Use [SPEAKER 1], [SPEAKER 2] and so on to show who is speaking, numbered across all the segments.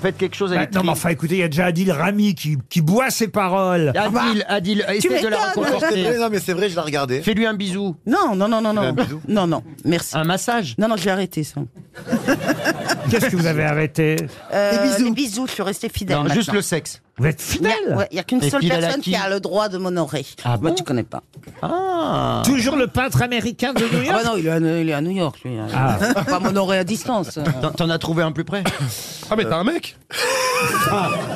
[SPEAKER 1] Faites quelque chose avec
[SPEAKER 2] Bah, non, mais enfin, écoutez, il y a déjà Adil Rami qui, qui boit ses paroles.
[SPEAKER 1] Adil, Adil, essaie de la
[SPEAKER 3] m'étonnes.
[SPEAKER 1] reconforter.
[SPEAKER 3] Non, mais c'est vrai, je l'ai regardé.
[SPEAKER 1] Fais-lui un bisou,
[SPEAKER 4] Non, non, non, non,
[SPEAKER 3] Un
[SPEAKER 4] non.
[SPEAKER 3] bisou.
[SPEAKER 4] Non, non, merci.
[SPEAKER 1] un massage.
[SPEAKER 4] Non, non, je l'ai arrêté, ça.
[SPEAKER 2] Qu'est-ce que vous avez arrêté
[SPEAKER 4] Euh,
[SPEAKER 3] Des bisous.
[SPEAKER 4] Les bisous, je suis restée fidèle.
[SPEAKER 1] Non, juste
[SPEAKER 4] maintenant.
[SPEAKER 1] le sexe.
[SPEAKER 2] Vous êtes
[SPEAKER 4] Il n'y
[SPEAKER 2] fidèle
[SPEAKER 4] a, ouais, il y a qu'une
[SPEAKER 1] Et
[SPEAKER 4] seule
[SPEAKER 1] fidèle à
[SPEAKER 4] personne
[SPEAKER 1] qui
[SPEAKER 4] qui, a le droit de m'honorer.
[SPEAKER 1] Ah
[SPEAKER 4] Moi,
[SPEAKER 1] bon
[SPEAKER 4] tu connais pas.
[SPEAKER 1] Ah
[SPEAKER 2] Toujours le peintre américain de New
[SPEAKER 4] Ah bah
[SPEAKER 2] York
[SPEAKER 4] non, il est à, il est à New York, lui. hein. Il peut pas m'honorer à distance.
[SPEAKER 3] Euh,
[SPEAKER 1] T'en- T'en as trouvé un plus près
[SPEAKER 5] Ah, mais t'as un mec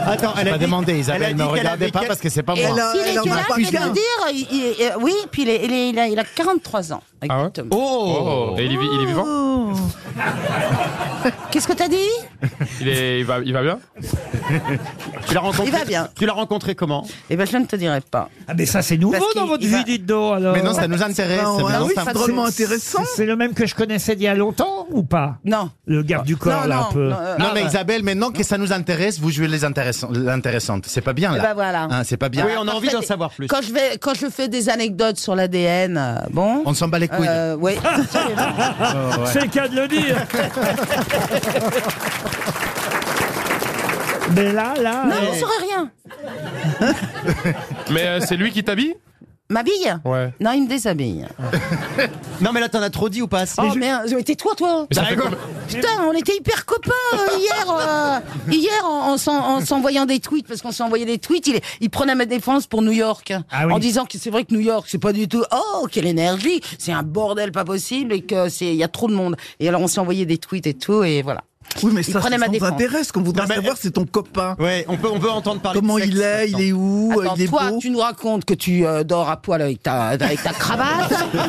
[SPEAKER 6] Attends, elle a demandé, Isabelle, ne regardez pas parce que c'est pas
[SPEAKER 4] Et
[SPEAKER 6] moi.
[SPEAKER 4] s'il est là, je vais te dire, il- il- euh, oui, puis il, est- il est- il a, il a 43 ans.
[SPEAKER 5] Ah ouais
[SPEAKER 4] Exactement.
[SPEAKER 5] Oh, Et il est, vi- il est vivant
[SPEAKER 4] Qu'est-ce que t'as dit
[SPEAKER 5] il, est, il, va, il va bien
[SPEAKER 1] Tu l'as rencontré
[SPEAKER 4] Il va bien.
[SPEAKER 1] Tu l'as rencontré comment
[SPEAKER 4] Eh ben, je ne te dirai pas.
[SPEAKER 2] Ah, mais ça, c'est nouveau
[SPEAKER 4] Parce
[SPEAKER 2] dans
[SPEAKER 4] qu'il-
[SPEAKER 2] votre
[SPEAKER 4] il
[SPEAKER 2] vie,
[SPEAKER 4] va-
[SPEAKER 2] dites donc, alors.
[SPEAKER 6] Mais non, ça nous intéresse. c'est
[SPEAKER 3] Ah
[SPEAKER 6] maintenant
[SPEAKER 3] oui,
[SPEAKER 6] ça.
[SPEAKER 3] c'est drôlement
[SPEAKER 2] C'est-
[SPEAKER 3] intéressant.
[SPEAKER 2] C'est le même que je connaissais d'il y a longtemps ou pas
[SPEAKER 4] Non.
[SPEAKER 2] Le garde du corps,
[SPEAKER 4] non,
[SPEAKER 2] là,
[SPEAKER 4] non,
[SPEAKER 2] un peu.
[SPEAKER 4] non, euh,
[SPEAKER 6] Non,
[SPEAKER 4] ah,
[SPEAKER 6] mais
[SPEAKER 4] bah.
[SPEAKER 6] Isabelle, maintenant que ça nous intéresse, vous jouez les intéressantes. l'intéressantes. C'est pas bien, là.
[SPEAKER 4] Eh ben, voilà.
[SPEAKER 6] Hein, c'est pas bien.
[SPEAKER 1] Oui, on a
[SPEAKER 4] Quand
[SPEAKER 1] envie
[SPEAKER 4] je fais
[SPEAKER 1] d'en
[SPEAKER 4] des-
[SPEAKER 1] savoir plus.
[SPEAKER 4] Quand je, vais, quand je fais des anecdotes sur l'ADN, euh, bon.
[SPEAKER 6] On s'en bat les couilles.
[SPEAKER 4] Euh, oui.
[SPEAKER 2] C'est le cas de le dire. Mais là, là,
[SPEAKER 4] non,
[SPEAKER 2] euh,
[SPEAKER 4] on ne saurait rien.
[SPEAKER 5] Mais euh, c'est lui qui t'habille
[SPEAKER 4] Ma bille
[SPEAKER 5] Ouais.
[SPEAKER 4] Non, il me déshabille.
[SPEAKER 1] Non, mais là, t'en as trop dit ou pas
[SPEAKER 4] Oh merde, mais tais-toi, toi.
[SPEAKER 1] bah,
[SPEAKER 3] Bah,
[SPEAKER 5] Mais ça fait combien-
[SPEAKER 4] Putain, on était hyper copains euh, hier. euh, hier, en, en s'en- en s'envoyant des tweets, parce qu'on s'envoyait des tweets, il, il prenait ma défense pour New York.
[SPEAKER 2] Ah oui.
[SPEAKER 4] En disant que c'est vrai que New York, c'est pas du tout. Oh, quelle énergie C'est un bordel pas possible et qu'il y a trop de monde. Et alors, on s'est envoyé des tweets et tout, et voilà.
[SPEAKER 3] Oui, mais
[SPEAKER 4] Il
[SPEAKER 3] ça, ça
[SPEAKER 4] prenait ma
[SPEAKER 3] nous
[SPEAKER 4] défense.
[SPEAKER 3] intéresse. Ce qu'on voudrait
[SPEAKER 1] Non, mais-
[SPEAKER 3] savoir, c'est ton copain.
[SPEAKER 1] Ouais, on peut, on peut entendre parler
[SPEAKER 3] Comment
[SPEAKER 1] de sexe
[SPEAKER 3] il est, il
[SPEAKER 1] maintenant.
[SPEAKER 3] est où,
[SPEAKER 6] euh,
[SPEAKER 4] Attends,
[SPEAKER 3] il est
[SPEAKER 4] toi,
[SPEAKER 3] beau.
[SPEAKER 4] tu nous racontes que tu euh, dors à poil avec ta, avec ta cravate.
[SPEAKER 3] Ah,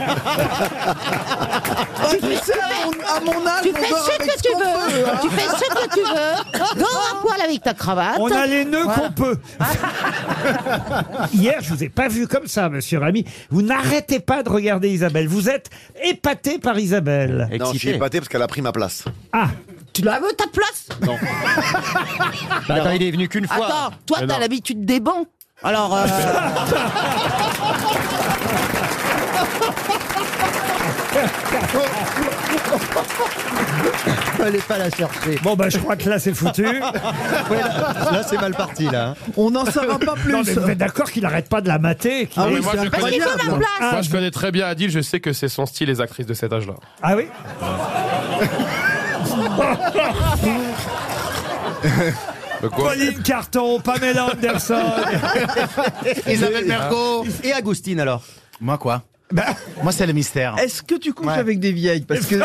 [SPEAKER 3] mais ça, on- à mon âge,
[SPEAKER 4] tu
[SPEAKER 3] on
[SPEAKER 4] fais
[SPEAKER 3] dort
[SPEAKER 4] ce
[SPEAKER 3] avec
[SPEAKER 4] que tu
[SPEAKER 3] qu'on
[SPEAKER 4] veux.
[SPEAKER 3] peut, hein.
[SPEAKER 4] Tu fais ce que tu veux. Dors à poil avec ta cravate.
[SPEAKER 2] on a les nœuds
[SPEAKER 4] Voilà.
[SPEAKER 2] qu'on peut. Hier, je vous ai pas vu comme ça, monsieur Rami. Vous n'arrêtez pas de regarder Isabelle. Vous êtes épaté par Isabelle.
[SPEAKER 1] Excité.
[SPEAKER 7] Non, je suis épaté parce qu'elle a pris ma place.
[SPEAKER 2] Ah,
[SPEAKER 4] Tu la veux, ta place
[SPEAKER 1] Bah, attends, il est venu qu'une fois.
[SPEAKER 4] Attends, toi,
[SPEAKER 5] Mais non.
[SPEAKER 4] t'as l'habitude des bancs. Alors, euh,
[SPEAKER 1] Fallait pas la chercher.
[SPEAKER 2] bon, bah, je crois que là, c'est foutu.
[SPEAKER 1] Là, c'est mal parti, là.
[SPEAKER 3] On n'en saura pas plus.
[SPEAKER 2] Non, mais vous êtes d'accord qu'il n'arrête pas de la mater qu'il-
[SPEAKER 3] Ah
[SPEAKER 5] Mais
[SPEAKER 3] oui,
[SPEAKER 5] moi,
[SPEAKER 3] c'est
[SPEAKER 5] je connais-
[SPEAKER 3] incroyable.
[SPEAKER 4] la place.
[SPEAKER 5] Moi, je connais très bien Adil, je sais que c'est son style, les actrices de cet âge-là.
[SPEAKER 2] Ah oui
[SPEAKER 5] De quoi
[SPEAKER 2] Pauline Carton, Pamela Anderson.
[SPEAKER 6] Isabelle Mergo.
[SPEAKER 1] Et Agustine, alors Bah.
[SPEAKER 6] Moi, quoi Moi, c'est le mystère.
[SPEAKER 3] Est-ce que tu couches avec des vieilles Parce que